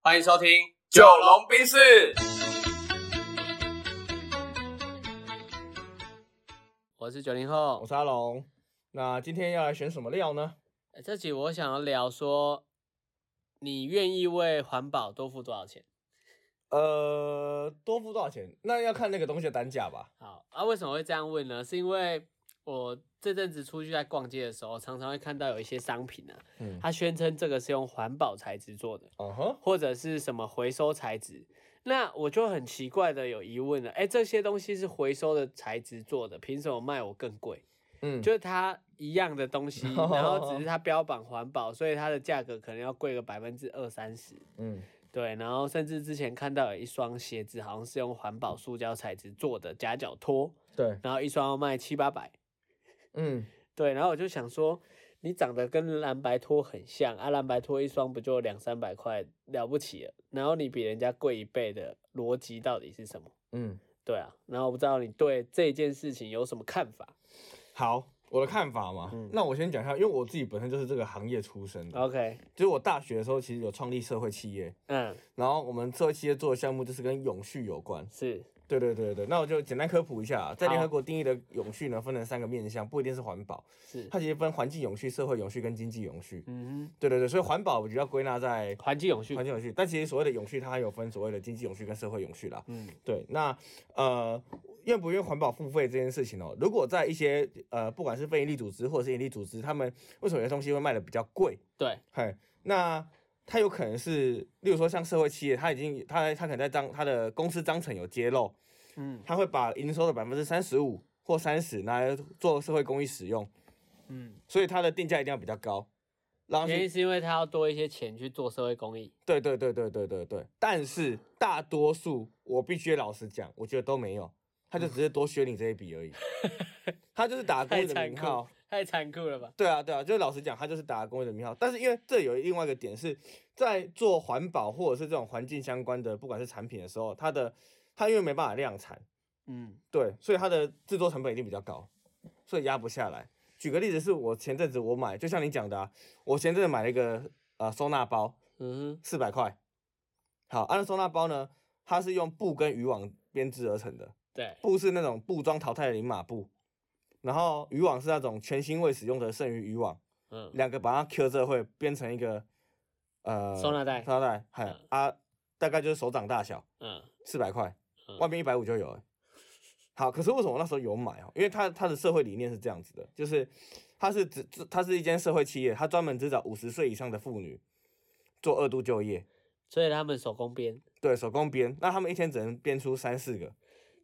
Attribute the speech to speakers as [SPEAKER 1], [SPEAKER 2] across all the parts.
[SPEAKER 1] 欢迎收听《
[SPEAKER 2] 九龙冰室，
[SPEAKER 1] 我是九零后
[SPEAKER 3] 我。是阿龙。那今天要来选什么料呢？
[SPEAKER 1] 呃这集我想要聊说，你愿意为环保多付多少钱？
[SPEAKER 3] 呃，多付多少钱？那要看那个东西的单价吧。
[SPEAKER 1] 好啊，为什么会这样问呢？是因为我这阵子出去在逛街的时候，常常会看到有一些商品啊，
[SPEAKER 3] 嗯，
[SPEAKER 1] 它宣称这个是用环保材质做的，
[SPEAKER 3] 嗯哼，
[SPEAKER 1] 或者是什么回收材质。那我就很奇怪的有疑问了，哎，这些东西是回收的材质做的，凭什么卖我更贵？
[SPEAKER 3] 嗯，
[SPEAKER 1] 就是它一样的 东西，然后只是它标榜环保，所以它的价格可能要贵个百分之二三十。
[SPEAKER 3] 嗯
[SPEAKER 1] 对，然后甚至之前看到有一双鞋子，好像是用环保塑胶材质做的夹脚拖，
[SPEAKER 3] 对，
[SPEAKER 1] 然后一双要卖七八百。
[SPEAKER 3] 嗯
[SPEAKER 1] 对，然后我就想说，你长得跟蓝白拖很像啊，蓝白拖一双不就两三百块了不起了，然后你比人家贵一倍的逻辑到底是什么？
[SPEAKER 3] 嗯，
[SPEAKER 1] 对啊，然后我不知道你对这件事情有什么看法
[SPEAKER 3] 好，我的看法嘛。
[SPEAKER 1] 嗯哦
[SPEAKER 3] 那我先讲一下，因为我自己本身就是这个行业出身的，
[SPEAKER 1] ？OK，
[SPEAKER 3] 就是我大学的时候其实有创立社会企业，
[SPEAKER 1] 嗯，
[SPEAKER 3] 然后我们社会企业做的项目就是跟永续有关。
[SPEAKER 1] 是，
[SPEAKER 3] 对对对对，那我就简单科普一下，啊在联
[SPEAKER 1] 好
[SPEAKER 3] 合国定义的永续呢，分成三个面向，不一定是环保，
[SPEAKER 1] 是，
[SPEAKER 3] 它其实分环境永续、社会永续跟经济永续。
[SPEAKER 1] 嗯
[SPEAKER 3] 对对对，所以环保我觉得要归纳在
[SPEAKER 1] 哼，环境永续
[SPEAKER 3] 环，境永续，但其实所谓的永续，它还有分所谓的经济永续跟社会永续啦。
[SPEAKER 1] 嗯，
[SPEAKER 3] 对，那呃，愿不愿意环保付费这件事情哦，如果在一些呃，不管是非营利组织或者是盈利组织，他们为什么有些东西会卖的比较贵？
[SPEAKER 1] 对，
[SPEAKER 3] 嘿，那它有可能是，例如说像社会企业，它已经它它可能在章它的公司章程有揭露，
[SPEAKER 1] 嗯
[SPEAKER 3] 它会把营收的百分之三十五或三十拿来做社会公益使用，
[SPEAKER 1] 嗯，
[SPEAKER 3] 所以它的定价一定要比较高，让
[SPEAKER 1] 原因是因为他要多一些钱去做社会公益，
[SPEAKER 3] 对对对对对对对，但是大多数我必须老实讲，我觉得都没有，他就只是多削你这一笔 而已，他就是打公
[SPEAKER 1] 太
[SPEAKER 3] 益的
[SPEAKER 1] 残
[SPEAKER 3] 名
[SPEAKER 1] 酷
[SPEAKER 3] 号。，
[SPEAKER 1] 太残酷了吧？
[SPEAKER 3] 对啊对啊，就是老实讲，他就是打公益的名号。但是因为这有另外一个点是在做环保或者是这种环境相关的，不管是产品的时候，它的它因为没办法量产，
[SPEAKER 1] 嗯，
[SPEAKER 3] 对，所以它的制作成本一定比较高，所以压不下来。举个例子，是我前阵子我买，就像你讲的、啊，我前阵子买了一个呃收纳包，
[SPEAKER 1] 嗯
[SPEAKER 3] 四百块。好，安收纳包呢，它是用布跟渔网编织而成的，
[SPEAKER 1] 哼，对，
[SPEAKER 3] 布是那种布装淘汰的零码布，然后渔网是那种全新未使用的剩余渔网，
[SPEAKER 1] 嗯，
[SPEAKER 3] 两个把它 Q 这会编成一个呃
[SPEAKER 1] 收纳袋
[SPEAKER 3] 收纳袋，嗨、
[SPEAKER 1] 嗯
[SPEAKER 3] 啊，大概就是手掌大小，
[SPEAKER 1] 嗯，
[SPEAKER 3] 四百块
[SPEAKER 1] 嗯，
[SPEAKER 3] 外面一百五就有了。好，可是为什么我那时候有买哦？因为它它的社会理念是这样子的，就是它是只它是一间社会企业，它专门只找五十岁以上的妇女做二度就业，
[SPEAKER 1] 所以他们手工编。
[SPEAKER 3] 对手工编，那他们一天只能编出三四个。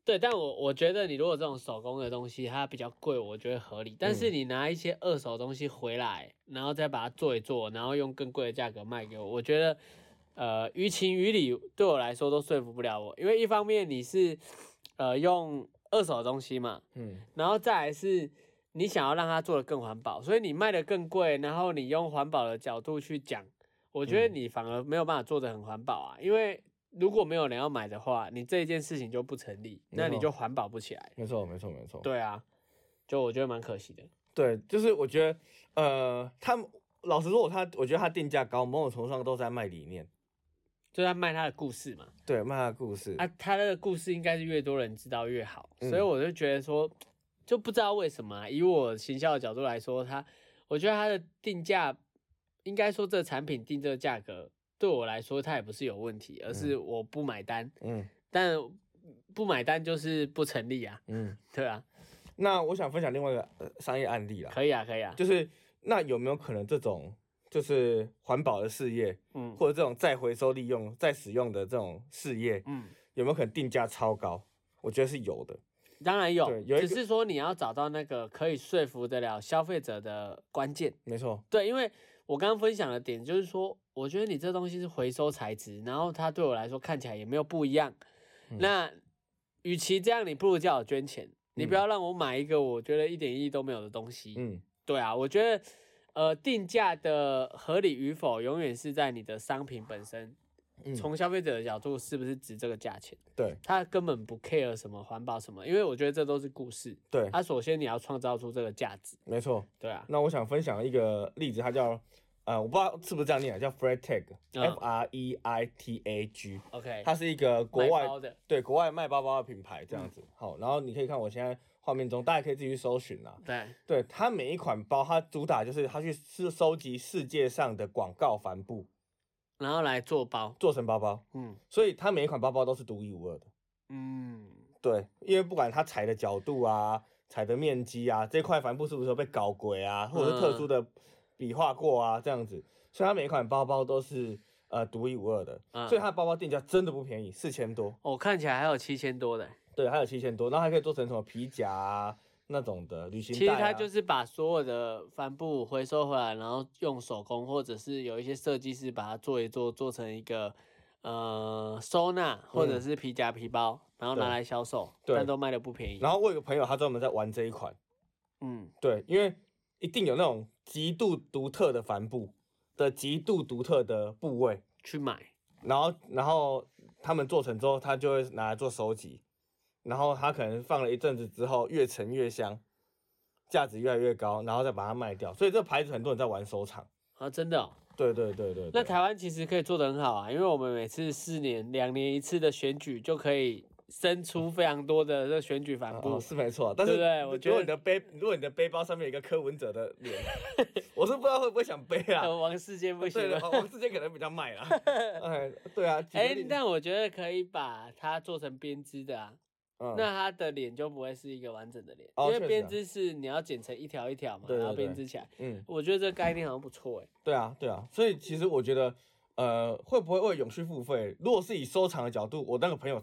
[SPEAKER 1] 对，但我我觉得你如果这种手工的东西它比较贵，我觉得合理。但是你拿一些二手东西回来，然后再把它做一做，然后用更贵的价格卖给我，我觉得呃于情于理对我来说都说服不了我，因为一方面你是呃用二手的东西嘛，
[SPEAKER 3] 嗯，
[SPEAKER 1] 然后再来是你想要让它做的更环保，所以你卖的更贵，然后你用环保的角度去讲，我觉得
[SPEAKER 3] 嗯
[SPEAKER 1] 你反而没有办法做的很环保啊，因为如果没有人要买的话，你这一件事情就不成立，
[SPEAKER 3] 没
[SPEAKER 1] 那你
[SPEAKER 3] 错哦
[SPEAKER 1] 就环保不起来。
[SPEAKER 3] 没错，没错，没错。对
[SPEAKER 1] 对啊，就我觉得蛮可惜的。
[SPEAKER 3] 对，就是我觉得，呃，他们老实说我，他我觉得他定价高，某种程度上都在卖理念，
[SPEAKER 1] 就在卖他的故事嘛，
[SPEAKER 3] 对，卖他的故事。
[SPEAKER 1] 啊，他的故事应该是越多人知道越好，所以
[SPEAKER 3] 嗯
[SPEAKER 1] 我就觉得说，就不知道为什么啊、以我行销的角度来说，他，我觉得他的定价，应该说这产品定这个价格，对我来说它也不是有问题，而是我不买单，
[SPEAKER 3] 嗯
[SPEAKER 1] 但不买单就是不成立啊，
[SPEAKER 3] 嗯。
[SPEAKER 1] 对啊，
[SPEAKER 3] 那我想分享另外一个、呃、商业案例啦，
[SPEAKER 1] 可以啊，可以啊，
[SPEAKER 3] 就是那有没有可能这种就是环保的事业，
[SPEAKER 1] 嗯
[SPEAKER 3] 或者这种再回收利用、再使用的这种事业，
[SPEAKER 1] 嗯，
[SPEAKER 3] 有没有可能定价超高？我觉得是有的。
[SPEAKER 1] 当然有，
[SPEAKER 3] 对有一
[SPEAKER 1] 只
[SPEAKER 3] 个
[SPEAKER 1] 是说你要找到那个可以说服得了消费者的关键。
[SPEAKER 3] 没错，
[SPEAKER 1] 对，因为我刚刚分享的点就是说，我觉得你这东西是回收材质，然后它对我来说看起来也没有不一样。
[SPEAKER 3] 嗯
[SPEAKER 1] 那与其这样，你不如叫我捐钱，你不
[SPEAKER 3] 嗯
[SPEAKER 1] 要让我买一个我觉得一点意义都没有的东西。
[SPEAKER 3] 嗯，
[SPEAKER 1] 对啊，我觉得呃，定价的合理与否，永远是在你的商品本身，
[SPEAKER 3] 嗯
[SPEAKER 1] 从消费者的角度是不是值这个价钱，
[SPEAKER 3] 对
[SPEAKER 1] 他根本不 care 什么环保什么，因为我觉得这都是故事。啊
[SPEAKER 3] 对，
[SPEAKER 1] 他、首先你要创造出这个价值，
[SPEAKER 3] 没错。
[SPEAKER 1] 对啊，
[SPEAKER 3] 那我想分享一个例子，它叫呃，我不知道是不是这样念啊，叫 Freight Tag，F、
[SPEAKER 1] 嗯
[SPEAKER 3] R E I T A G，
[SPEAKER 1] OK，
[SPEAKER 3] 它是一个国外
[SPEAKER 1] 买包嗯的，
[SPEAKER 3] 对国外卖包包的品牌这样子。好，然后你可以看我现在画面中，大家可以自己去搜寻啊啦。对
[SPEAKER 1] 对，
[SPEAKER 3] 它每一款包，它主打就是它去收收集世界上的广告帆布
[SPEAKER 1] 然后来做包，
[SPEAKER 3] 做成包包，
[SPEAKER 1] 嗯
[SPEAKER 3] 所以它每一款包包都是独一无二的。
[SPEAKER 1] 嗯，
[SPEAKER 3] 对，因为不管它裁的角度啊、裁的面积啊，这块帆布是不是有被搞鬼啊，或者是
[SPEAKER 1] 嗯
[SPEAKER 3] 特殊的笔画过啊，这样子，所以它每一款包包都是呃独一无二的，
[SPEAKER 1] 嗯
[SPEAKER 3] 所以它的包包定价真的不便宜，四千多，
[SPEAKER 1] 我、看起来还有七千多的欸、
[SPEAKER 3] 对，还有七千多，然后还可以做成什么皮夹啊那种的旅行
[SPEAKER 1] 其实
[SPEAKER 3] 袋、啊，
[SPEAKER 1] 它就是把所有的帆布回收回来，然后用手工或者是有一些设计师把它做一做，做成一个呃收纳或者
[SPEAKER 3] 嗯
[SPEAKER 1] 是皮夹皮包，然后拿
[SPEAKER 3] 对
[SPEAKER 1] 来销售，
[SPEAKER 3] 对
[SPEAKER 1] 但都卖的不便宜。
[SPEAKER 3] 然后我有个朋友他专门在玩这一款，
[SPEAKER 1] 嗯，
[SPEAKER 3] 对，因为一定有那种极度独特的帆布的极度独特的部位，
[SPEAKER 1] 去买，
[SPEAKER 3] 然后然后他们做成之后，他就会拿来做收集，然后他可能放了一阵子之后，越沉越香，价值越来越高，然后再把它卖掉。所以这个牌子很多人在玩收藏。
[SPEAKER 1] 啊，真的、哦。
[SPEAKER 3] 对对对对啊
[SPEAKER 1] 那
[SPEAKER 3] 对
[SPEAKER 1] 台湾其实可以做得很好啊，因为我们每次四年两年一次的选举就可以生出非常多的这选举
[SPEAKER 3] 啊
[SPEAKER 1] 帆
[SPEAKER 3] 哦
[SPEAKER 1] 布。
[SPEAKER 3] 是没错，但是
[SPEAKER 1] 对不对我觉
[SPEAKER 3] 如果
[SPEAKER 1] 得
[SPEAKER 3] 你的背，如果你的背包上面有一个柯文哲的 脸，我是不知道会不会想背啊。
[SPEAKER 1] 呃，王世坚不行
[SPEAKER 3] 对哦
[SPEAKER 1] 吗
[SPEAKER 3] 了，？王王世坚可能比较卖 啦。哎，对啊。举个
[SPEAKER 1] 哎、
[SPEAKER 3] 例子
[SPEAKER 1] 但我觉得可以把它做成编织的啊，
[SPEAKER 3] 嗯
[SPEAKER 1] 那它的脸就不会是一个完整的脸，
[SPEAKER 3] 哦
[SPEAKER 1] 因
[SPEAKER 3] 确
[SPEAKER 1] 为
[SPEAKER 3] 实
[SPEAKER 1] 编
[SPEAKER 3] 啊
[SPEAKER 1] 织是你要剪成一条一条嘛，
[SPEAKER 3] 对
[SPEAKER 1] 然后
[SPEAKER 3] 对对
[SPEAKER 1] 编织起来。
[SPEAKER 3] 嗯，
[SPEAKER 1] 我觉得这个概念好像不错 哎、
[SPEAKER 3] 对啊，对啊，所以其实我觉得，呃，会不会为永续付费？如果是以收藏的角度，我那个朋友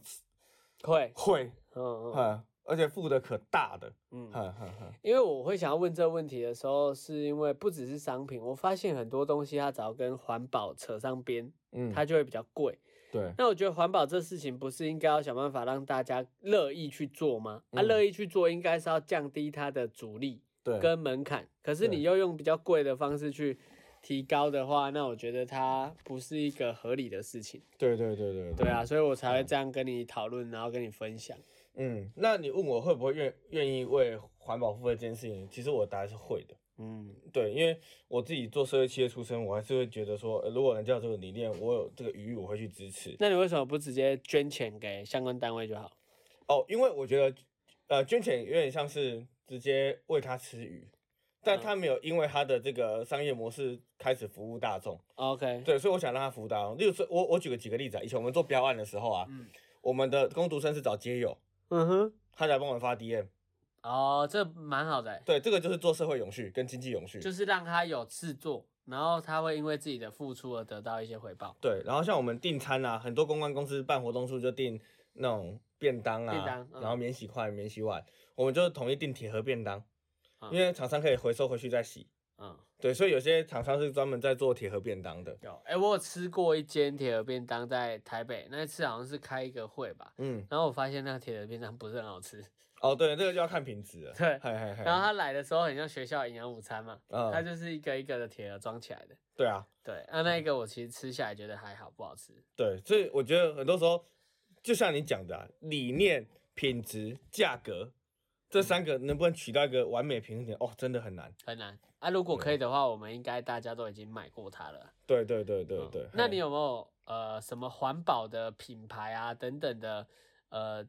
[SPEAKER 1] 会，
[SPEAKER 3] 会，
[SPEAKER 1] 嗯嗯
[SPEAKER 3] 嗯，而且付的可大的，
[SPEAKER 1] 嗯，
[SPEAKER 3] 嗯嗯嗯，
[SPEAKER 1] 因为我会想要问这个问题的时候，是因为不只是商品，我发现很多东西它只要跟环保扯上边，
[SPEAKER 3] 嗯，
[SPEAKER 1] 它就会比较贵。
[SPEAKER 3] 对，
[SPEAKER 1] 那我觉得环保这事情不是应该要想办法让大家乐意去做吗？啊，
[SPEAKER 3] 嗯
[SPEAKER 1] 乐意去做应该是要降低它的阻力
[SPEAKER 3] 对，
[SPEAKER 1] 跟门槛，可是你
[SPEAKER 3] 对
[SPEAKER 1] 又用比较贵的方式去提高的话，那我觉得它不是一个合理的事情。
[SPEAKER 3] 对对对对
[SPEAKER 1] 对啊，，所以我才会这样跟你讨论，然后跟你分享。
[SPEAKER 3] 嗯，那你问我会不会愿愿意为环保付费这件事情？其实我答案是会的，
[SPEAKER 1] 嗯
[SPEAKER 3] 对，因为我自己做社会企业出身，我还是会觉得说，呃如果人家有这个理念，我有这个余裕，我会去支持。
[SPEAKER 1] 那你为什么不直接捐钱给相关单位就好？
[SPEAKER 3] 哦，因为我觉得，呃，捐钱有点像是直接喂他吃鱼，但
[SPEAKER 1] 嗯
[SPEAKER 3] 他没有因为他的这个商业模式开始服务大众，
[SPEAKER 1] ？OK，
[SPEAKER 3] 对，所以我想让他服务大众。例如说，我我举个几个例子啊，以前我们做标案的时候啊，
[SPEAKER 1] 嗯
[SPEAKER 3] 我们的工读生是找街友，
[SPEAKER 1] 嗯哼，
[SPEAKER 3] 他来帮我们发 DM，
[SPEAKER 1] 哦，这蛮好的欸、
[SPEAKER 3] 对，这个就是做社会永续跟经济永续，
[SPEAKER 1] 就是让他有事做，然后他会因为自己的付出而得到一些回报。
[SPEAKER 3] 对。然后像我们订餐啊，很多公关公司办活动处就订那种便当啊，
[SPEAKER 1] 便当嗯
[SPEAKER 3] 然后免洗筷、免洗碗，我们就统一订铁盒便当，
[SPEAKER 1] 嗯
[SPEAKER 3] 因为厂商可以回收回去再洗。
[SPEAKER 1] 嗯。
[SPEAKER 3] 对，所以有些厂商是专门在做铁盒便当的。
[SPEAKER 1] 有，哎、我有吃过一间铁盒便当在台北，那一次好像是开一个会吧，
[SPEAKER 3] 嗯，
[SPEAKER 1] 然后我发现那个铁盒便当不是很好吃，
[SPEAKER 3] 哦，对，这个就要看品质了。
[SPEAKER 1] 对
[SPEAKER 3] 嗨嗨嗨。
[SPEAKER 1] 然后他来的时候很像学校营养午餐嘛，
[SPEAKER 3] 嗯
[SPEAKER 1] 它就是一个一个的铁盒装起来的，
[SPEAKER 3] 对啊，
[SPEAKER 1] 对，啊那一个我其实吃下来觉得还好，不好吃，
[SPEAKER 3] 对，所以我觉得很多时候，就像你讲的、啊，理念、品质、价格这三
[SPEAKER 1] 嗯
[SPEAKER 3] 个能不能取到一个完美平衡点，哦，真的很难。
[SPEAKER 1] 很难啊。如果可以的话，我们应该大家都已经买过它了，
[SPEAKER 3] 对对对对
[SPEAKER 1] 嗯
[SPEAKER 3] 对。
[SPEAKER 1] 那你
[SPEAKER 3] 有
[SPEAKER 1] 有没有呃什么环保的品牌啊等等的呃？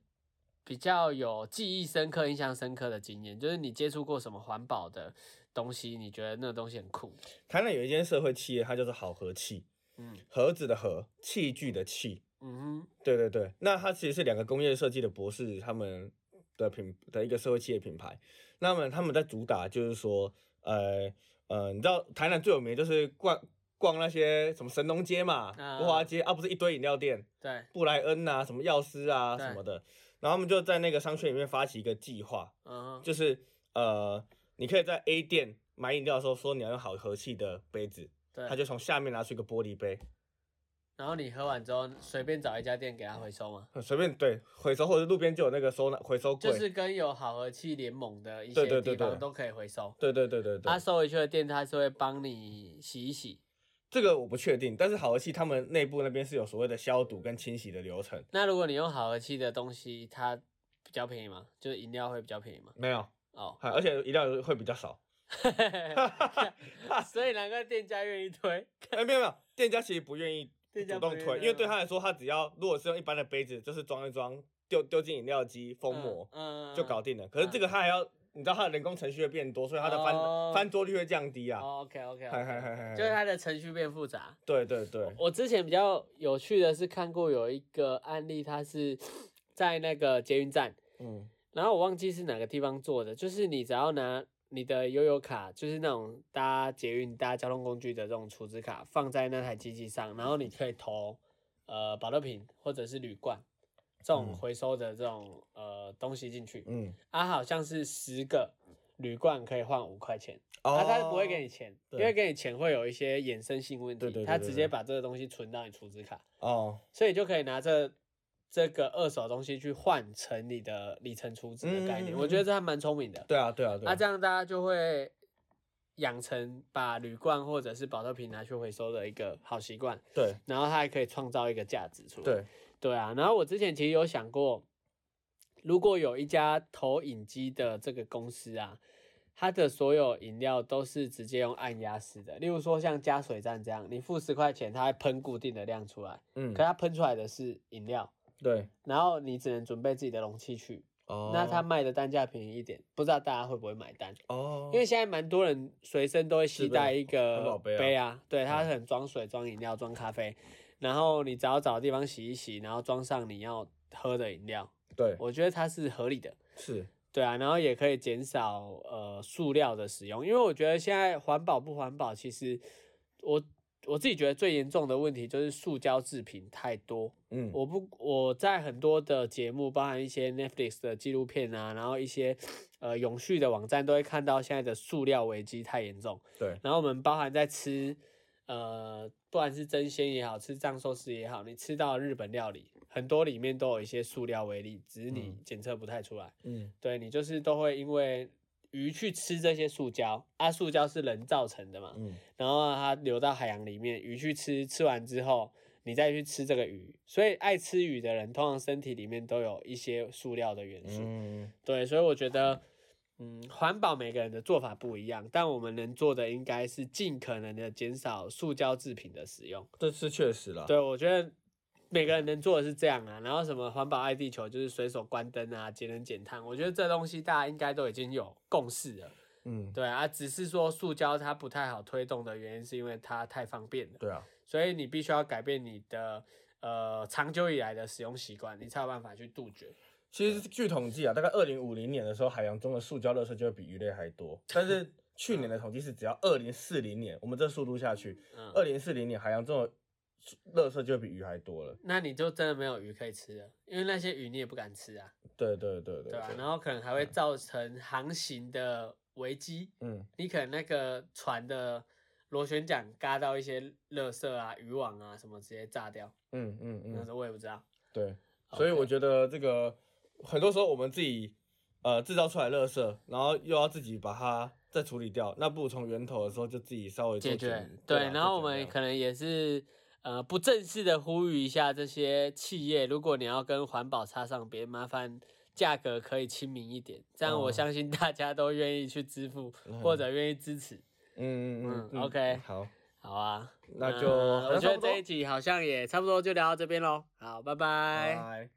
[SPEAKER 1] 比较有记忆深刻、印象深刻的经验，就是你接触过什么环保的东西，你觉得那个东西很酷，
[SPEAKER 3] 台南有一间社会企业，它就是好和器，
[SPEAKER 1] 嗯
[SPEAKER 3] 盒子的盒，器具的器。
[SPEAKER 1] 嗯
[SPEAKER 3] 对对对，那它其实是两个工业设计的博士他们的品的一个社会企业品牌。那么他们在主打就是说，呃呃，你知道台南最有名就是逛逛那些什么神农街嘛、
[SPEAKER 1] 啊
[SPEAKER 3] 国华街啊，不是一堆饮料店，
[SPEAKER 1] 哼，对，
[SPEAKER 3] 布莱恩呐、什么药师啊
[SPEAKER 1] 对
[SPEAKER 3] 什么的。然后他们就在那个商圈里面发起一个计划，
[SPEAKER 1] 嗯哼，
[SPEAKER 3] 就是呃，你可以在 A 店买饮料的时候说你要用好和气的杯子，
[SPEAKER 1] 对，
[SPEAKER 3] 他就从下面拿出一个玻璃杯，
[SPEAKER 1] 然后你喝完之后随便找一家店给他回收嘛，
[SPEAKER 3] 随便对回收或者路边就有那个收纳回收柜。
[SPEAKER 1] 就是跟有好和气联盟的一
[SPEAKER 3] 对
[SPEAKER 1] 些
[SPEAKER 3] 对
[SPEAKER 1] 地
[SPEAKER 3] 对
[SPEAKER 1] 方
[SPEAKER 3] 对
[SPEAKER 1] 都可以回收。
[SPEAKER 3] 对对对对对，
[SPEAKER 1] 他收回去的店，啊他是会帮你洗一洗。
[SPEAKER 3] 这个我不确定，但是好和气他们内部那边是有所谓的消毒跟清洗的流程。
[SPEAKER 1] 那如果你用好和气的东西，它比较便宜吗？就是饮料会比较便宜吗？
[SPEAKER 3] 没有，
[SPEAKER 1] 哦，
[SPEAKER 3] 还而且饮料会比较少，
[SPEAKER 1] 所以难怪店家愿意推，
[SPEAKER 3] 哎，没有没有，店家其实不愿意
[SPEAKER 1] 店家
[SPEAKER 3] 主
[SPEAKER 1] 不
[SPEAKER 3] 动
[SPEAKER 1] 愿意
[SPEAKER 3] 推，因为对他来说，他只要如果是用一般的杯子，就是装一装，丢丢进饮料机封膜、
[SPEAKER 1] 嗯
[SPEAKER 3] 就搞定了。可是这个他还要，你知道他的人工程序会变多，所以他的翻、
[SPEAKER 1] 哦
[SPEAKER 3] 翻桌率会降低啊。
[SPEAKER 1] OK OK，
[SPEAKER 3] 嗨嗨嗨嗨
[SPEAKER 1] 哦就是它的程序变复杂。
[SPEAKER 3] 对对对，
[SPEAKER 1] 我之前比较有趣的是看过有一个案例，它是在那个捷运站，
[SPEAKER 3] 嗯
[SPEAKER 1] 然后我忘记是哪个地方做的，就是你只要拿你的悠游卡，就是那种搭捷运搭交通工具的这种储值卡，放在那台机器上，然后你可以投呃保乐瓶或者是铝罐这种
[SPEAKER 3] 嗯
[SPEAKER 1] 回收的这种呃东西进去，
[SPEAKER 3] 嗯，
[SPEAKER 1] 啊好像是十个铝罐可以换五块钱。
[SPEAKER 3] 哦
[SPEAKER 1] 啊，他是不会给你钱，因
[SPEAKER 3] 对
[SPEAKER 1] 为给你钱会有一些衍生性问
[SPEAKER 3] 对对
[SPEAKER 1] 题，
[SPEAKER 3] 对
[SPEAKER 1] 他
[SPEAKER 3] 对
[SPEAKER 1] 直
[SPEAKER 3] 对
[SPEAKER 1] 接把这个东西存到你储值卡，
[SPEAKER 3] 哦，
[SPEAKER 1] 所以你就可以拿着这个二手东西去换成你的里程储值的概念。
[SPEAKER 3] 嗯
[SPEAKER 1] 我觉得这还蛮聪明的。
[SPEAKER 3] 对啊对啊对
[SPEAKER 1] 那、
[SPEAKER 3] 啊，
[SPEAKER 1] 这样大家就会养成把铝罐或者是保特瓶拿去回收的一个好习惯，
[SPEAKER 3] 对
[SPEAKER 1] 然后它还可以创造一个价值出来。
[SPEAKER 3] 对，
[SPEAKER 1] 对啊，然后我之前其实有想过，如果有一家投影机的这个公司啊，它的所有饮料都是直接用按压式的，例如说像加水站这样，你付十块钱，它会喷固定的量出来，
[SPEAKER 3] 嗯
[SPEAKER 1] 可它喷出来的是饮料，
[SPEAKER 3] 对，
[SPEAKER 1] 然后你只能准备自己的容器去，
[SPEAKER 3] 哦，
[SPEAKER 1] 那它卖的单价便宜一点，不知道大家会不会买单？
[SPEAKER 3] 哦，
[SPEAKER 1] 因为现在蛮多人随身都会携带一
[SPEAKER 3] 环保
[SPEAKER 1] 个
[SPEAKER 3] 杯啊
[SPEAKER 1] 杯啊，对，它很装水、装饮料、装咖啡，然后你只要找地方洗一洗，然后装上你要喝的饮料，
[SPEAKER 3] 对
[SPEAKER 1] 我觉得它是合理的，
[SPEAKER 3] 是，
[SPEAKER 1] 对啊，然后也可以减少呃塑料的使用，因为我觉得现在环保不环保，其实我我自己觉得最严重的问题就是塑胶制品太多，
[SPEAKER 3] 嗯
[SPEAKER 1] 我不我在很多的节目，包含一些 Netflix 的纪录片啊，然后一些呃永续的网站，都会看到现在的塑料危机太严重。
[SPEAKER 3] 对
[SPEAKER 1] 然后我们包含在吃呃，不管是真鲜也好，吃藏寿司也好，你吃到日本料理，很多里面都有一些塑料微粒，只是你
[SPEAKER 3] 嗯
[SPEAKER 1] 检测不太出来。
[SPEAKER 3] 嗯
[SPEAKER 1] 对你就是都会因为鱼去吃这些塑胶，啊，塑胶是人造成的嘛，
[SPEAKER 3] 嗯
[SPEAKER 1] 然后它流到海洋里面，鱼去吃，吃完之后你再去吃这个鱼，所以爱吃鱼的人通常身体里面都有一些塑料的元素。
[SPEAKER 3] 嗯
[SPEAKER 1] 对，所以我觉得，嗯，环保每个人的做法不一样，但我们能做的应该是尽可能的减少塑胶制品的使用。
[SPEAKER 3] 这是确实啦，
[SPEAKER 1] 对，我觉得。每个人能做的是这样啊，然后什么环保爱地球，就是随手关灯啊，节能减碳，我觉得这东西大家应该都已经有共识了。
[SPEAKER 3] 嗯
[SPEAKER 1] 对啊，只是说塑胶它不太好推动的原因，是因为它太方便了，
[SPEAKER 3] 对啊，
[SPEAKER 1] 所以你必须要改变你的呃长久以来的使用习惯，你才有办法去杜绝。
[SPEAKER 3] 其实据统计啊，大概二零五零年的时候，海洋中的塑胶垃圾就会比鱼类还多。但是 去年的统计是，只要二零四零年，我们这速度下去，
[SPEAKER 1] 嗯，
[SPEAKER 3] 二零四零年海洋中的塑垃圾就会比鱼还多了。
[SPEAKER 1] 那你就真的没有鱼可以吃了，因为那些鱼你也不敢吃啊，
[SPEAKER 3] 对对对对啊
[SPEAKER 1] 对吧、然后可能还会造成航行的危机，
[SPEAKER 3] 嗯，
[SPEAKER 1] 你可能那个船的螺旋桨嘎到一些垃圾啊、渔网啊什么，直接炸掉。
[SPEAKER 3] 嗯嗯
[SPEAKER 1] 那时
[SPEAKER 3] 嗯，
[SPEAKER 1] 候我也不知道。
[SPEAKER 3] 对。所以我觉得这个很多时候我们自己呃制造出来垃圾，然后又要自己把它再处理掉，那不如从源头的时候就自己稍微做
[SPEAKER 1] 解决
[SPEAKER 3] 减
[SPEAKER 1] 对，
[SPEAKER 3] 啊
[SPEAKER 1] 然后
[SPEAKER 3] 做减
[SPEAKER 1] 我们
[SPEAKER 3] 量
[SPEAKER 1] 可能也是呃不正式的呼吁一下这些企业，如果你要跟环保插上边，麻烦价格可以亲民一点，这样我
[SPEAKER 3] 哦
[SPEAKER 1] 相信大家都愿意去支付、或者愿意支持。
[SPEAKER 3] 嗯嗯嗯
[SPEAKER 1] 嗯，OK
[SPEAKER 3] 好，
[SPEAKER 1] 好啊，
[SPEAKER 3] 那就好像
[SPEAKER 1] 我觉
[SPEAKER 3] 差
[SPEAKER 1] 得
[SPEAKER 3] 不多
[SPEAKER 1] 这一集好像也差不多就聊到这边喽。好，拜拜
[SPEAKER 3] 拜。